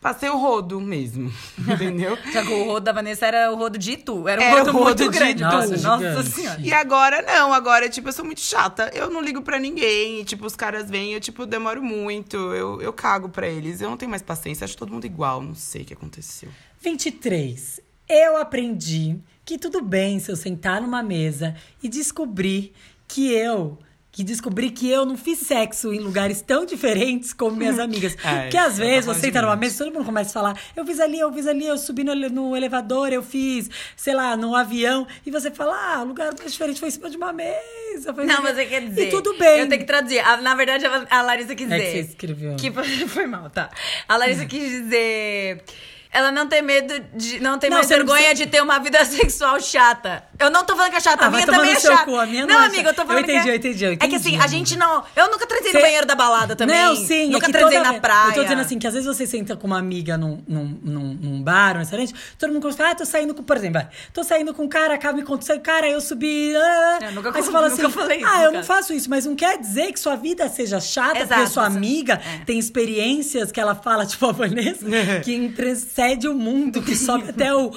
passei o
[LAUGHS]
rodo mesmo, entendeu?
Só que [LAUGHS] o rodo da Vanessa era o rodo de Itu. Era um
Era
rodo,
é o rodo
muito
de
grande.
Itu.
Nossa, nossa
Gigante.
senhora.
E agora não, agora, tipo, eu sou muito chata. Eu não ligo pra ninguém. E, tipo, os caras vêm, eu, tipo, demoro muito. Eu, eu cago pra eles. Eu não tenho mais paciência. Acho todo mundo igual. Não sei o que aconteceu.
23. Eu aprendi que tudo bem se eu sentar numa mesa e descobrir que eu que descobri que eu não fiz sexo em lugares tão diferentes
[LAUGHS]
como minhas amigas.
É,
Porque às
isso é
vezes
uma
você
coisa
entra numa
demais.
mesa e todo mundo começa a falar: eu fiz ali, eu fiz ali, eu subi no, ele- no elevador, eu fiz, sei lá, no avião. E você fala: ah, o lugar mais diferente foi em cima de uma mesa. foi em [LAUGHS]
Não,
cima-
mas você quer dizer.
E tudo bem.
Eu tenho que traduzir. A- na verdade, a, a Larissa quis
É
dizer.
que você escreveu.
que foi [LAUGHS] mal, tá. A Larissa quis dizer. Ela não tem medo de. Não tem
Não,
mais
você não
vergonha
precisa-
de ter uma vida [LAUGHS] sexual chata. Eu não tô falando que é chata,
Ah,
a minha
vai tomar
também é
no seu
chata.
cu, a minha
não,
não é
amiga,
chata.
eu tô falando
Eu entendi,
que é...
eu entendi, eu
É que assim,
entendi,
a gente não. Eu nunca transei no
Cê-
banheiro da balada também.
Não, sim.
Nunca
é que
transei
toda
na
vez-
praia.
Eu tô dizendo assim, que às vezes você senta com uma amiga num, num, num, num bar, num restaurante, todo mundo conversa, ah, tô saindo com, por exemplo, vai, tô saindo com um cara, acaba me contando, cara, eu subi, ah.
É, Eu nunca
Aí você
con-
fala
nunca
assim,
falei isso,
ah, eu
nunca."
não faço isso, mas não quer dizer que sua vida seja chata,
Exato,
porque sua
você-
amiga
é.
tem experiências que ela fala, tipo
[LAUGHS]
a Vanessa, que precede o mundo, que sobe até o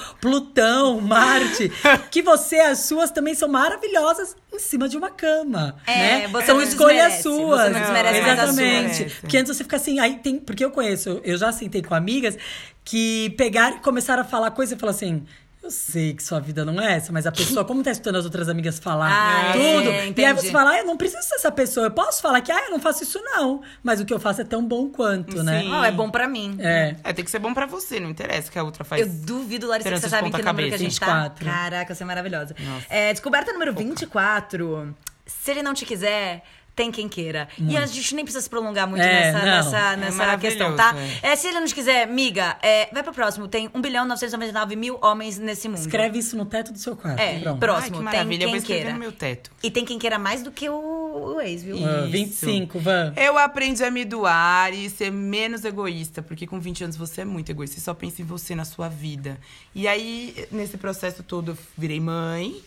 [LAUGHS]
Plutão, Marte, que você, as suas também são maravilhosas em cima de uma cama,
É,
né?
você
são
não
escolhas
desmerece, você não
suas.
desmerece mais as suas.
Exatamente.
É.
Porque antes você fica assim, aí tem. Porque eu conheço, eu já sentei com amigas que pegaram e começaram a falar coisa e falaram assim. Eu sei que sua vida não é essa, mas a pessoa, como tá escutando as outras amigas falar
Ah, é,
tudo, e aí
entendi.
você fala, ah, eu não preciso dessa pessoa, eu posso falar que, ah, eu não faço isso não, mas o que eu faço é tão bom quanto, né?
Sim.
Não, é bom pra mim.
É.
É, tem que ser bom pra você, não interessa que a outra faz.
Eu duvido, Larissa, que
Esperança
você
de
sabe em que número que
ponta-cabeça.
a gente tá.
24.
Caraca, você é maravilhosa.
Nossa.
É, descoberta número 24. Se ele não te quiser, tem quem queira. E a gente nem precisa se prolongar muito
É,
nessa,
não.
nessa,
É
nessa
maravilhoso,
questão, tá? É, se ele não te quiser, miga, é, vai pro próximo. Tem 1 bilhão 999 mil homens nesse mundo.
Escreve isso no teto do seu quarto.
É, pronto.
Ai,
pronto.
próximo,
que
tem
maravilha, eu
quem
vou escrever
queira.
no meu teto.
E tem quem queira mais do que o, o ex, viu?
E-
Ah,
Isso.
25, Van.
Eu aprendi a me doar e ser menos egoísta, porque com 20 anos você é muito egoísta, você só pensa em você, na sua vida. E aí, nesse processo todo, eu virei mãe.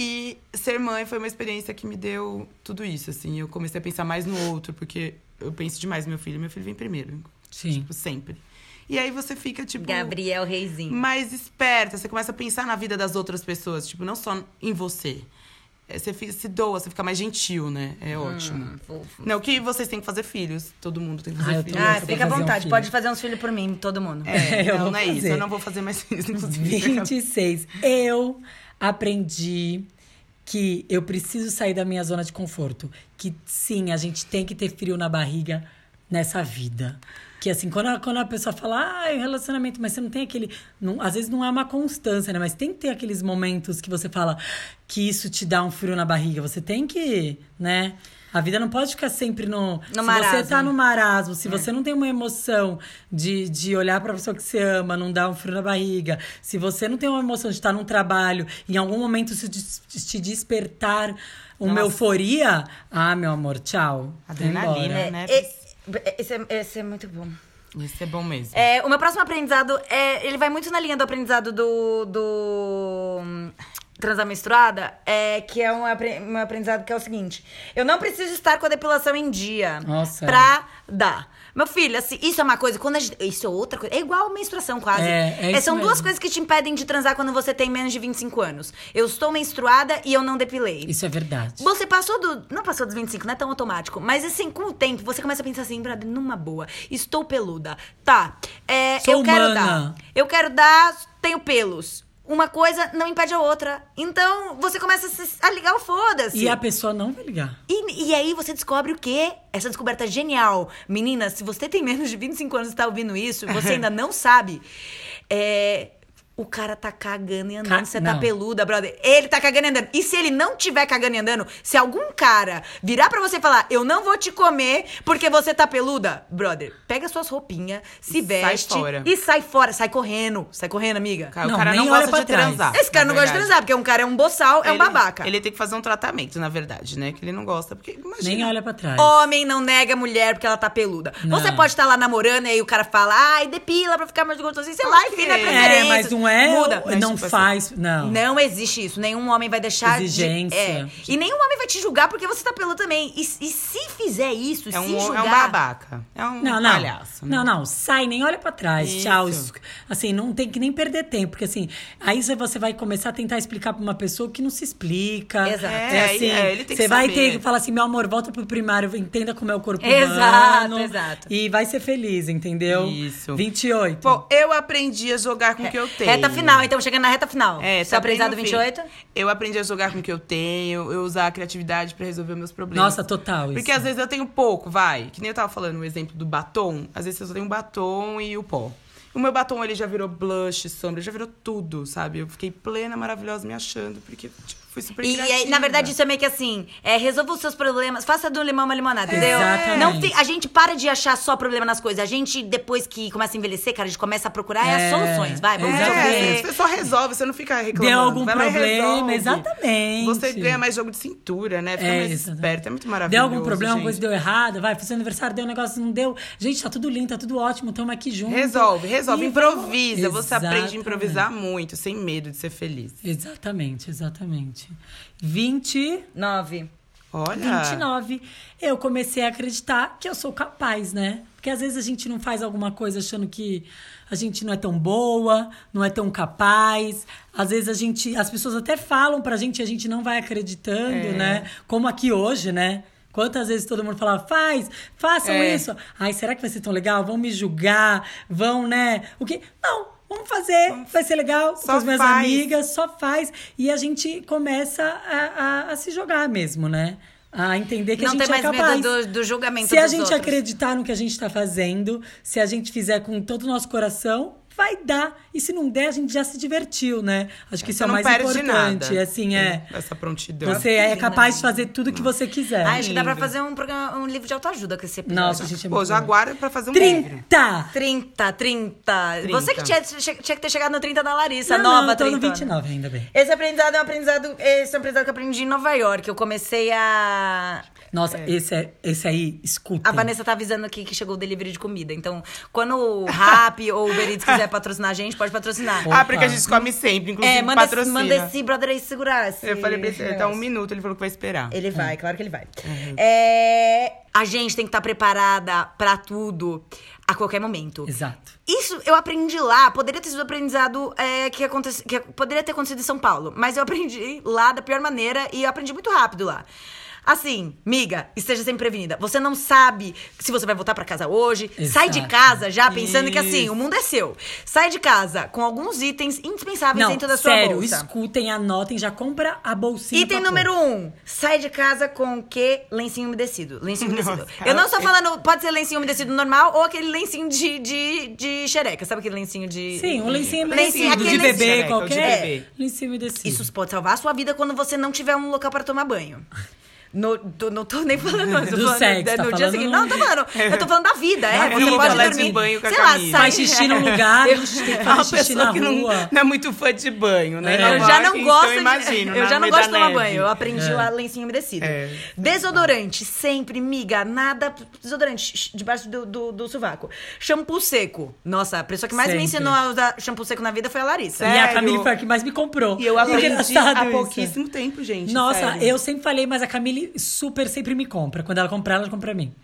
E ser mãe foi uma experiência que me deu tudo isso, assim. Eu comecei a pensar mais no outro, porque eu penso demais no meu filho. Meu filho vem primeiro,
Sim.
tipo, sempre. E aí você fica, tipo
Gabriel
Hum,
Reizinho.
mais esperta. Você começa a pensar na vida das outras pessoas, tipo, não só em você. É, Você fi- se doa, você fica mais gentil, né? É
Hum,
ótimo.
fofo.
Não, que vocês têm que fazer filhos. Todo mundo tem que fazer
Ah, eu
filhos.
Ah,
Nossa,
fica à
vou fazer um
vontade,
filho.
pode fazer uns filhos por mim, todo mundo.
É,
[LAUGHS] Eu
não,
vou
não é isso.
fazer.
Eu não vou fazer mais filhos,
[LAUGHS]
inclusive.
26. Eu aprendi que eu preciso sair da minha zona de conforto. Que sim, a gente tem que ter frio na barriga nessa vida. Que assim, quando a, quando a pessoa fala, ah, é um relacionamento, mas você não tem aquele. não- às vezes não é uma constância, né? Mas tem que ter aqueles momentos que você fala que isso te dá um frio na barriga. Você tem que, né? A vida não pode ficar sempre no. se você
marasmo.
Hum.
tá no marasmo,
É.
se você não tem uma emoção de, de olhar pra pessoa que você ama, não dar um frio na barriga, se você não tem uma emoção de estar num trabalho, em algum momento isso des- te despertar uma
Nossa.
euforia, ah, meu amor, tchau. Vai
Adrenalina,
embora.
É,
né?
esse- esse é- esse é muito bom.
Isso é bom mesmo.
É, o meu próximo aprendizado é. Ele vai muito na linha do aprendizado do. do. hum, Transar menstruada, é, que é um, apre- um aprendizado que é o seguinte: eu não preciso estar com a depilação em dia
Nossa.
pra dar. Meu filho, assim, isso é uma coisa, quando a gente, Isso é outra coisa. É igual a menstruação, quase.
É, é isso
são duas
mesmo.
coisas que te impedem de transar quando você tem menos de 25 anos. Eu estou menstruada e eu não depilei.
Isso é verdade.
Você passou do. Não passou dos 25, não é tão automático. Mas assim, com o tempo, você começa a pensar assim, brother, numa boa. Estou peluda. Tá. é,
Sou
eu quero
humana.
dar. Eu quero dar, tenho pelos. Uma coisa não impede a outra. Então, você começa a, se- a ligar o foda-se.
E a pessoa não vai ligar.
E, e aí você descobre o quê? Essa descoberta é genial. Meninas, se você tem menos de 25 anos e tá ouvindo isso, e você ainda não sabe. É. O cara tá cagando e andando,
Ca-
você tá
não.
peluda, brother. Ele tá cagando e andando. E se ele não tiver cagando e andando, se algum cara virar pra você e falar, eu não vou te comer porque você tá peluda, brother, pega suas roupinhas, se
E sai
veste
fora.
e sai fora. Sai correndo, sai correndo, amiga.
Cara,
Não,
o cara
nem
não
olha
gosta
pra
de
trás.
transar.
Esse cara
na
não gosta de
verdade.
transar, porque um cara é um boçal, é um
Ele-
babaca.
Ele tem que fazer um tratamento, na verdade, né? Que ele não gosta. Porque, imagina.
Nem olha pra trás.
Homem não nega mulher porque ela tá peluda.
É. Não.
Você pode estar lá namorando e aí o cara fala, ai, depila pra ficar mais gostoso. Sei lá,
Ok.
enfim, não é
É,
preferência.
É, mas não é.
Muda.
Mas,
Não
tipo assim,
faz. Não.
Não existe isso. Nenhum homem vai deixar
Exigência.
de... É. E nenhum homem vai te julgar porque você tá peluda também. E, e se fizer isso,
É
se
um,
julgar...
é um babaca. É um
Não, não.
palhaço. né?
Não, não. Sai, nem olha pra trás.
Isso.
Tchau. Isso- Assim, não tem que nem perder tempo. Porque assim, aí cê- você vai começar a tentar explicar pra uma pessoa que não se explica.
Exato.
É,
É,
assim,
é, ele tem que
você vai
saber.
ter que falar assim, meu amor, volta pro primário, entenda como é o corpo
Exato,
humano.
exato.
E vai ser feliz, entendeu?
Isso.
28.
Bom, eu aprendi a jogar com o que eu tenho.
reta final, então chegando na reta final.
É,
Seu
tá bem
aprendizado
no fim.
28?
Eu aprendi a jogar com o que eu tenho, eu usar a criatividade pra resolver meus problemas.
Nossa, total isso.
Porque às vezes eu tenho pouco, vai. Que nem eu tava falando o exemplo do batom. Às vezes eu só tenho um batom e o pó. O meu batom, ele já virou blush, sombra, já virou tudo, sabe? Eu fiquei plena, maravilhosa, me achando, porque tipo, fui super
E, aí,
criativa.
na verdade, isso é meio que assim: é, resolva os seus problemas, faça do limão uma limonada, entendeu?
Exatamente.
Não fi- a gente para de achar só problema nas coisas. A gente, depois que começa a envelhecer, cara, a gente começa a procurar é,
É,
as soluções. Vai, vamos
é.
É,
resolver.
você só resolve, você não fica reclamando.
Deu algum
vai lá e
problema,
resolve.
exatamente.
Você ganha mais jogo de cintura, né? Fica
É,
mais
exatamente.
esperto, é muito maravilhoso.
Deu algum problema,
gente.
alguma coisa deu errado, vai, fiz aniversário, deu um negócio, não deu. Gente, tá tudo lindo, tá tudo ótimo, tamo aqui junto.
Uhum. Resolve, resolve,
E vamos-
improvisa. Você aprende a
Exatamente.
improvisar muito, sem medo de ser feliz.
Exatamente, exatamente. 20,
Nove.
Olha.
29, eu comecei a acreditar que eu sou capaz, né? Porque às vezes a gente não faz alguma coisa achando que a gente não é tão boa, não é tão capaz. Às vezes a gente, as pessoas até falam pra gente e a gente não vai
É.
acreditando, né? Como aqui hoje, né? Quantas vezes todo mundo fala, faz, façam
É.
isso. Ai, será que vai ser tão legal? Vão me julgar? Vão, né? O que? Não, vamos fazer, vai ser legal
Só
com as minhas
faz.
amigas amiga, só faz. E a gente começa a, a- a se jogar mesmo, né? A entender que a
Não
gente
tem mais
é capaz.
medo do, do julgamento
se a
dos
gente
outros.
acreditar no que a gente está fazendo, se a gente fizer com todo o nosso coração, vai dar. E se não der, a gente já se divertiu, né? Acho que isso
Você
é o
não
mais
perde
importante.
nada.
Assim, é.
Essa prontidão.
Você é capaz
né?
de fazer tudo que você quiser.
Ah, acho que dá pra fazer um, programa, um livro de autoajuda com esse episódio.
Nossa, gente, é
Pô,
muito
já
bom.
aguarda pra fazer um livro.
30!
30, 30, Você que tinha, tinha que ter chegado no 30 da Larissa,
Não,
nova né?
não, eu tô
30.
no 29 ainda bem.
Esse aprendizado é um aprendizado. Esse é um aprendizado que eu aprendi em Nova York. Eu comecei a.
Nossa, Esse, é, esse aí, escuta.
A Vanessa tá avisando aqui que chegou o delivery de comida. Então, quando o Rap [LAUGHS] ou o Uber Eats quiser patrocinar a gente, pode patrocinar.
Ah, porque a gente come sempre, inclusive
é, manda esse,
patrocina.
manda esse brother aí segurar. esse
Eu falei pra ele, Hum. tá um
negócio.
minuto, ele falou que vai esperar.
Ele vai, claro que ele vai.
Uhum.
É, a gente tem que estar preparada pra tudo a qualquer momento.
Exato.
Isso eu aprendi lá, poderia ter sido aprendizado é, que, aconte... que poderia ter acontecido em São Paulo, mas eu aprendi lá da pior maneira e eu aprendi muito rápido lá. Assim, miga, esteja sempre prevenida. Você não sabe se você vai voltar pra casa hoje. Sai de
Exato.
casa já pensando que assim,
Isso.
o mundo é seu. Sai de casa com alguns itens indispensáveis
Não,
dentro da sua
sério,
bolsa.
escutem, anotem, já compra a bolsinha.
Item
pra pôr.
número um, sai de casa com o quê? Lencinho umedecido. Lencinho umedecido.
Nossa,
eu não estou
eu-
falando, pode ser lencinho umedecido normal ou aquele lencinho de, de, de xereca. Sabe aquele lencinho de.
Sim, um lencinho
Lencinho,
umedecido de
aquele
bebê
lencinho.
qualquer.
É, o de bebê.
Lencinho umedecido.
Isso pode salvar a sua vida quando você não tiver um local para tomar banho. No, do- não tô nem falando, eu tô
Do
falando
sexo,
da-
tá
no dia
falando
seguinte.
no-
Não, tô falando. Eu tô falando da vida, é.
Da
você
vida,
pode
leva
dormir.
em banho com a
sei lá,
camisa.
sai.
Faz xixi num
[LAUGHS]
lugar, tem que
É uma
fazer xixi
pessoa
na
que não,
rua.
não é muito fã de banho, né?
É.
Na
Eu já
Marca,
não
então
gosto. de-
imagino,
eu
na
já não
meia da
gosto de tomar
neve.
banho. Eu aprendi lá lencinho umedecido.
É.
Desodorante, sempre, miga, nada. Desodorante sh- debaixo do, do, do sovaco. Shampoo seco. Nossa, a pessoa que mais
Sempre.
me ensinou a usar shampoo seco na vida foi a Larissa.
E a
Sério?
Camille foi a que mais me comprou.
E eu aprendi
Engraçado
há
isso.
pouquíssimo tempo, gente.
Nossa,
sério.
eu sempre falei, mas a Camille super sempre me compra. Quando ela comprar, ela compra pra mim.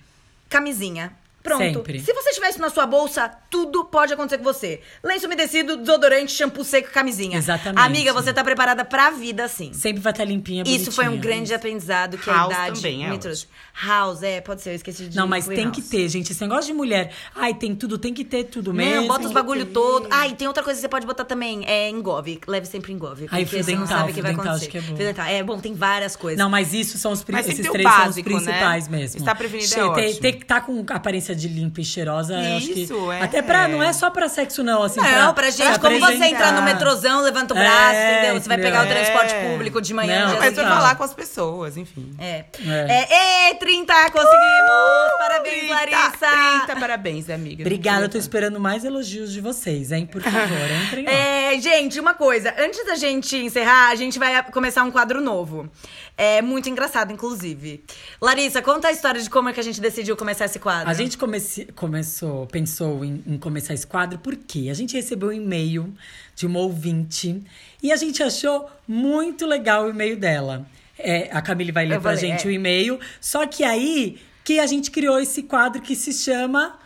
Camisinha. Pronto.
Sempre.
Se você tiver isso na sua bolsa, tudo pode acontecer com você. Lenço umedecido, desodorante, shampoo seco, e camisinha.
Exatamente.
Amiga, você tá preparada pra vida, sim.
Sempre vai estar limpinha,
Isso foi um
bonitinha.
grande aprendizado que
House
a idade
também é
me trouxe. House, é, pode ser, eu esqueci de
Não, mas
incluir
tem
house.
que ter, gente. Esse negócio de mulher. Ai, tem tudo, tem que ter tudo mesmo.
Não, bota os bagulho todo. Ah, e tem outra coisa que você pode botar também. É engove. Leve sempre engove.
Ah, e
Porque
fio
você não
dental,
sabe o que
fio
vai
dental,
acontecer.
acho que é bom.
Fio dental. É bom, tem várias coisas.
Não, mas isso são os pri-
Mas tem que ter
esses
o
três são os
básico, né?
principais mesmo.
Estar prevenida é
tem,
ótimo.
tem que estar com aparência de limpa e cheirosa. eu acho que-
Isso, é.
Até pra. Não é só pra sexo, não. Assim,
Não, pra gente, como você
apresentar.
entrar no metrozão, levanta o braço,
É,
entendeu? Você vai
entendeu?
pegar o transporte
É.
público de manhã.
Não,
no dia
Mas pra
seguinte.
falar com as pessoas, enfim.
É.
É.
É. Ei, 30, conseguimos! Parabéns,
30,
Larissa!
30, parabéns, amiga.
Obrigada, eu tô esperando mais elogios de vocês, hein? Por favor,
[LAUGHS]
entrem lá.
É, gente, uma coisa. Antes da gente encerrar, a gente vai a- começar um quadro novo. É muito engraçado, inclusive. Larissa, conta a história de como é que a gente decidiu começar esse quadro.
A gente comece- começou, pensou em, em começar esse quadro porque a gente recebeu um e-mail de uma ouvinte e a gente achou muito legal o e-mail dela. É, a Camille vai ler
Eu
pra
vou ler,
gente
é.
o e-mail. Só que aí que a gente criou esse quadro que se chama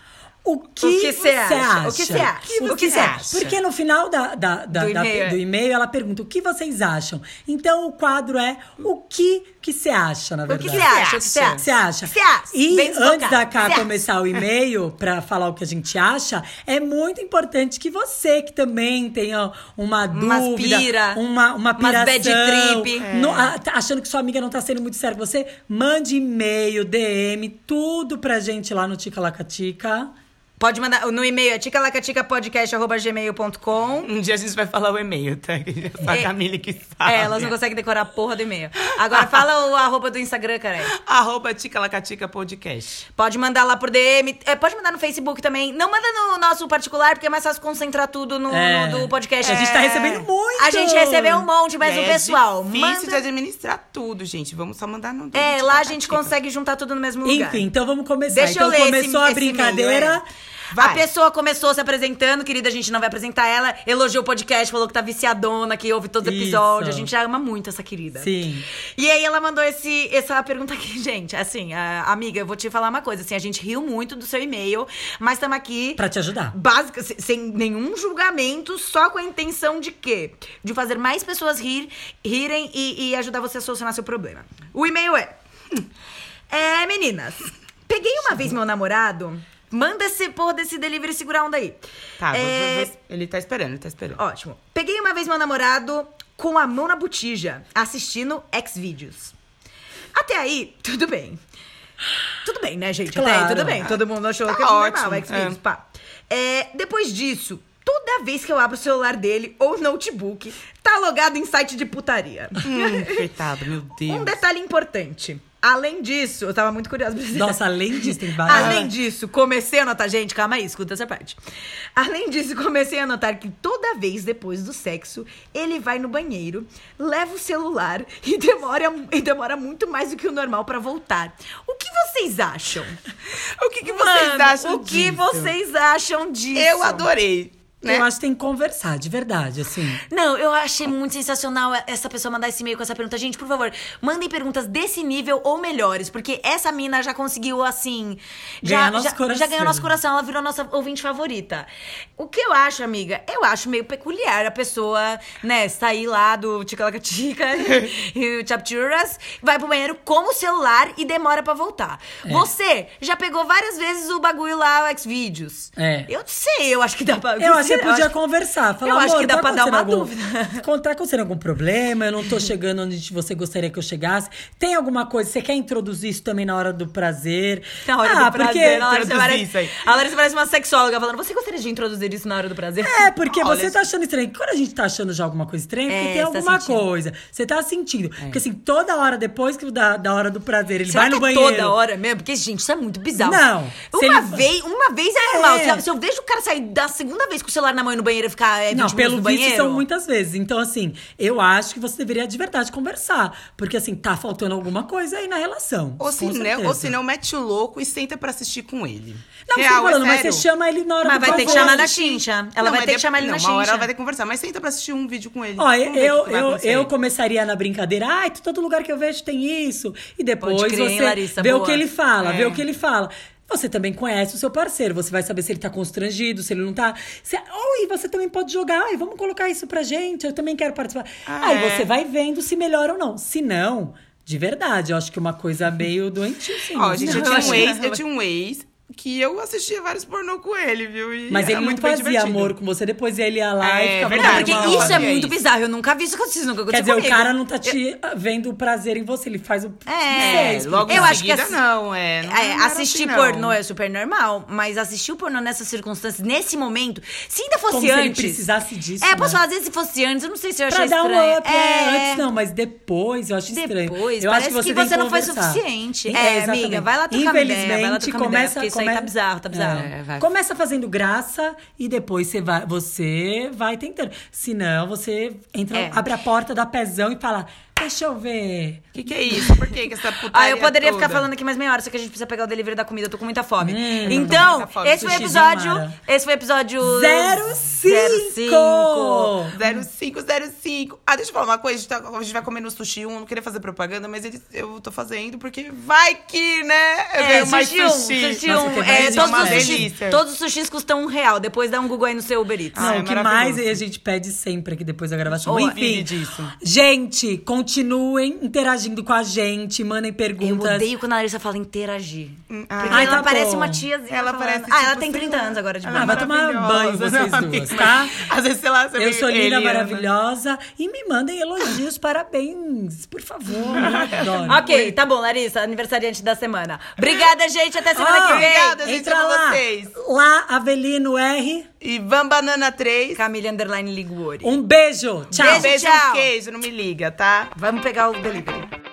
O que,
O que
você
você
acha?
acha? O que você acha?
O que você acha? Porque no final da, da- da-
Do
da-
e-mail,
do
é.
e-mail ela pergunta o que vocês acham. Então o quadro é o que que você acha, na
O que
verdade.
você acha? O que você acha?
Você acha?
O que você acha?
E
Bem desbocado.
antes da Cá
Você acha?
começar
[LAUGHS]
o e-mail pra falar o que a gente acha, é muito importante que você que também tenha uma
Umas
dúvida,
pira,
uma uma
umas
piração,
bad trip. É.
no- a- tá achando que sua amiga não tá sendo muito séria com você, mande e-mail, DM, tudo pra gente lá no Tica Lacatica.
Pode mandar no e-mail, é ticalacaticapodcast.gmail.com.
Um dia a gente vai falar o e-mail, tá? Só a
É.
Camille que
Ah,
sabe.
É, elas não conseguem decorar a porra do e-mail. Agora fala o [LAUGHS] arroba do Instagram, cara.
Arroba Tica Lacatica Podcast.
Pode mandar lá por DM, é, pode mandar no Facebook também. Não manda no nosso particular, porque é mais fácil concentrar tudo no,
É.
no do podcast. É.
A gente tá recebendo muito.
A gente recebeu um monte, mas
E
o
aí
pessoal.
É difícil de
manda...
administrar tudo, gente. Vamos só mandar no
É,
Tica
lá a gente
Lacatica.
consegue juntar tudo no mesmo lugar.
Enfim, então vamos começar.
Deixa
então
eu ler esse-
começou a
esse e-mail,
brincadeira.
é. A
Vai.
pessoa começou se apresentando, querida, a gente não vai apresentar ela. Elogiou o podcast, falou que tá viciadona, que ouve todos os
Isso.
episódios. A gente já ama muito essa querida.
Sim.
E aí ela mandou esse, essa pergunta aqui, [LAUGHS] gente. Assim, a- amiga, eu vou te falar uma coisa. Assim, a gente riu muito do seu e-mail, mas estamos aqui
Pra te ajudar.
básica, se- sem nenhum julgamento, só com a intenção de quê? De fazer mais pessoas rir, rirem e, e ajudar você a solucionar seu problema. O e-mail é. É, meninas, peguei uma vez meu namorado. Manda esse porra desse delivery segurar onda aí.
Tá, vou-
É,
vou- vou- ele tá esperando, ele tá esperando.
Ótimo. Peguei uma vez meu namorado com a mão na botija, assistindo Xvideos. Até aí, tudo bem. Tudo bem, né, gente? Até aí,
Claro.
tudo bem. Todo mundo achou
Tá
que era normal,
ótimo,
Xvideos,
é.
pá. É, depois disso, toda vez que eu abro o celular dele ou notebook, tá logado em site de putaria.
Hum, coitado, meu Deus.
um detalhe importante. Além disso, eu tava muito curiosa pra vocês.
Nossa, além disso, tem
Ah.
várias.
Além disso, comecei a notar. Gente, calma aí, escuta essa parte. Além disso, comecei a notar que toda vez depois do sexo, ele vai no banheiro, leva o celular [LAUGHS] e demora, e demora muito mais do que o normal pra voltar. O que vocês acham?
O que, que vocês
Mano,
acham
O que
disso?
vocês acham disso?
Eu adorei. Né?
Eu acho que tem que conversar, de verdade, assim.
Não, eu achei muito sensacional essa pessoa mandar esse e-mail com essa pergunta. Gente, por favor, mandem perguntas desse nível ou melhores, porque essa mina já conseguiu, assim. Já,
Ganhar nosso
já,
coração.
já ganhou nosso coração, ela virou nossa ouvinte favorita. O que eu acho, amiga? Eu acho meio peculiar a pessoa, né, sair lá do Ticalacatica [LAUGHS] e o Chapturas, vai pro banheiro com o celular e demora pra voltar.
É.
Você já pegou várias vezes o bagulho lá, o Xvideos.
É.
Eu sei, eu acho que dá pra.
Eu acho que
[LAUGHS] eu
podia
acho-
conversar. Falar,
eu acho
"Amor,
que dá
tá
pra dar uma
acontecendo algum- [LAUGHS]
dúvida." Uhum.
Con- Tá acontecendo algum problema? Eu não tô chegando onde você gostaria que eu chegasse. Tem alguma coisa? Você quer introduzir isso também na hora do prazer?
Na hora
ah,
do prazer, a
porque...
Larissa,
introduzir
parece,
isso aí.
a Larissa parece uma sexóloga falando, você gostaria de introduzir isso na hora do prazer?
É, porque
Olha,
você tá achando estranho. Quando a gente tá achando já alguma coisa estranha, é,
É,
porque
você
tem
tá
alguma
sentindo. É.
coisa. Você tá sentindo. Porque assim, toda hora depois que da, da hora do prazer, ele
Será
vai no
que é
banheiro.
toda hora mesmo? Porque, gente, isso é muito bizarro.
Não. Se
Uma,
ele-
vez, uma vez é normal.
É.
Se eu- Se eu vejo o cara sair da segunda vez com o celular na mão e no banheiro e ficar é, 20
Não,
minutos no
pelo visto
banheiro...
são muitas vezes. Então, assim, eu acho que você deveria de verdade conversar. Porque, assim, tá faltando alguma coisa aí na relação.
Ou se,
com
não,
certeza.
ou se não, mete o louco e senta pra assistir com ele.
Não, você tá
Real, é
falando, mas você
sério.
chama ele na hora
Mas
do
vai ter que
favor.
chamar na chincha. Ela
Não,
vai
mas
ter que
de-
chamar ele
não,
na
uma hora
chincha.
ela vai ter que conversar, mas senta pra assistir um vídeo com ele.
Ó, eu,
Vamos ver o
eu,
que vai
eu,
acontecer.
começaria na brincadeira. Ai, todo lugar que eu vejo tem isso. E depois
Pode crer,
você
hein, Larissa?
vê o
Boa.
que ele fala,
É.
vê o que ele fala. Você também conhece o seu parceiro, você vai saber se ele tá constrangido, se ele não tá. Se... Ou e você também pode jogar, ai, vamos colocar isso pra gente, eu também quero participar.
Ah,
Aí
é.
você vai vendo se melhora ou não. Se não, de verdade, eu acho que é uma coisa meio assim. doentia, sim.
Ó, gente, eu tinha,
acho
um
que
ex,
não.
eu tinha um ex que eu assistia vários pornô com ele, viu? E
Mas
era
ele não
é muito bem
fazia
divertido.
amor com você, depois ele ia lá e
É,
ficava
Não,
verdade,
porque
dando
uma
isso
hora
é
vez.
muito bizarro. Eu nunca vi isso acontecer, isso nunca
assim. Quer
aconteceu
dizer, o
comigo.
cara não tá te ah, vendo o prazer em você, ele faz o.
É,
não sei,
Logo
Eu
em
acho que
seguida,
assi-
não, é. Não
É,
era
assistir
assim, não.
pornô é super normal, mas assistir o pornô nessas circunstâncias, nesse momento, se ainda fosse
Como se ele
antes.
precisasse disso,
É, posso
né?
falar, às vezes se fosse antes, eu não sei se eu
Pra
achei
dar
estranho.
um up, é,
é,
antes não, mas depois eu acho estranho.
Depois,
eu
parece
acho que você,
que
tem
você não foi
conversar.
suficiente. É,
exatamente.
amiga, vai lá trocar uma ideia,
Infelizmente,
vai lá trocar uma ideia,
começa,
porque isso aí tá
começa-
bizarro, tá bizarro.
É, vai.
Começa fazendo graça e depois você vai, você vai tentando. Se não, você entra,
É.
abre a porta, dá pezão e fala: "Deixa eu ver".
O que, que é isso? Por que,
[LAUGHS]
que essa putaria
Ah, eu poderia ficar
toda?
falando aqui mais meia hora, só que a gente precisa pegar o delivery da comida, eu tô com muita fome.
Hum,
então,
muita fome,
esse foi o
sushizinho,
episódio.
Mara.
Esse foi o episódio.
Zero cinco!
05.
0505. Ah, deixa eu falar uma coisa. A gente, tá- a gente vai comer no sushi 1. Não queria fazer propaganda, mas eles, eu tô fazendo porque vai que, né? Eu
É,
ganho mais
sushi, um,
sushi.
sushi
Nossa,
um.
que
É,
delícia,
todos,
uma
os sushis,
delícia.
todos os sushis custam um real. Depois dá um Google aí no seu Uber Eats.
Ah,
Não,
é
o que mais
maravilhoso.
a gente pede sempre aqui depois da gravação.
Boa.
Enfim,
Vive disso.
gente, continuem interagindo com a gente, mandem
Eu
perguntas.
odeio quando a Larissa fala interagir. Porque
ah,
ela
tá
parece
bom.
uma tiazinha.
Ela
falando.
parece,
Ah, ela
tipo,
tem
sei
30
lá. tá
anos agora de
Ela
boa.
Ah, vai tomar banho
maravilhosa,
vocês
não,
duas,
amiga.
tá?
Às vezes, sei lá, você
Eu
vê
sou linda,
Eliana.
maravilhosa. E me mandem elogios, parabéns, por favor.
[LAUGHS]
Eu adoro.
Ok, tá bom, Larissa, aniversariante da semana. Obrigada, gente. Até semana que
Ah,
vem.
obrigada, gente,
Entra
amo
lá.
vocês.
Lá, Avelino R.
E Van Banana 3.
Camila Underline Liguori.
Um beijo. Tchau.
Beijo,
Beijo,
tchau.
um queijo, não me liga, tá?
Vamos pegar o delivery.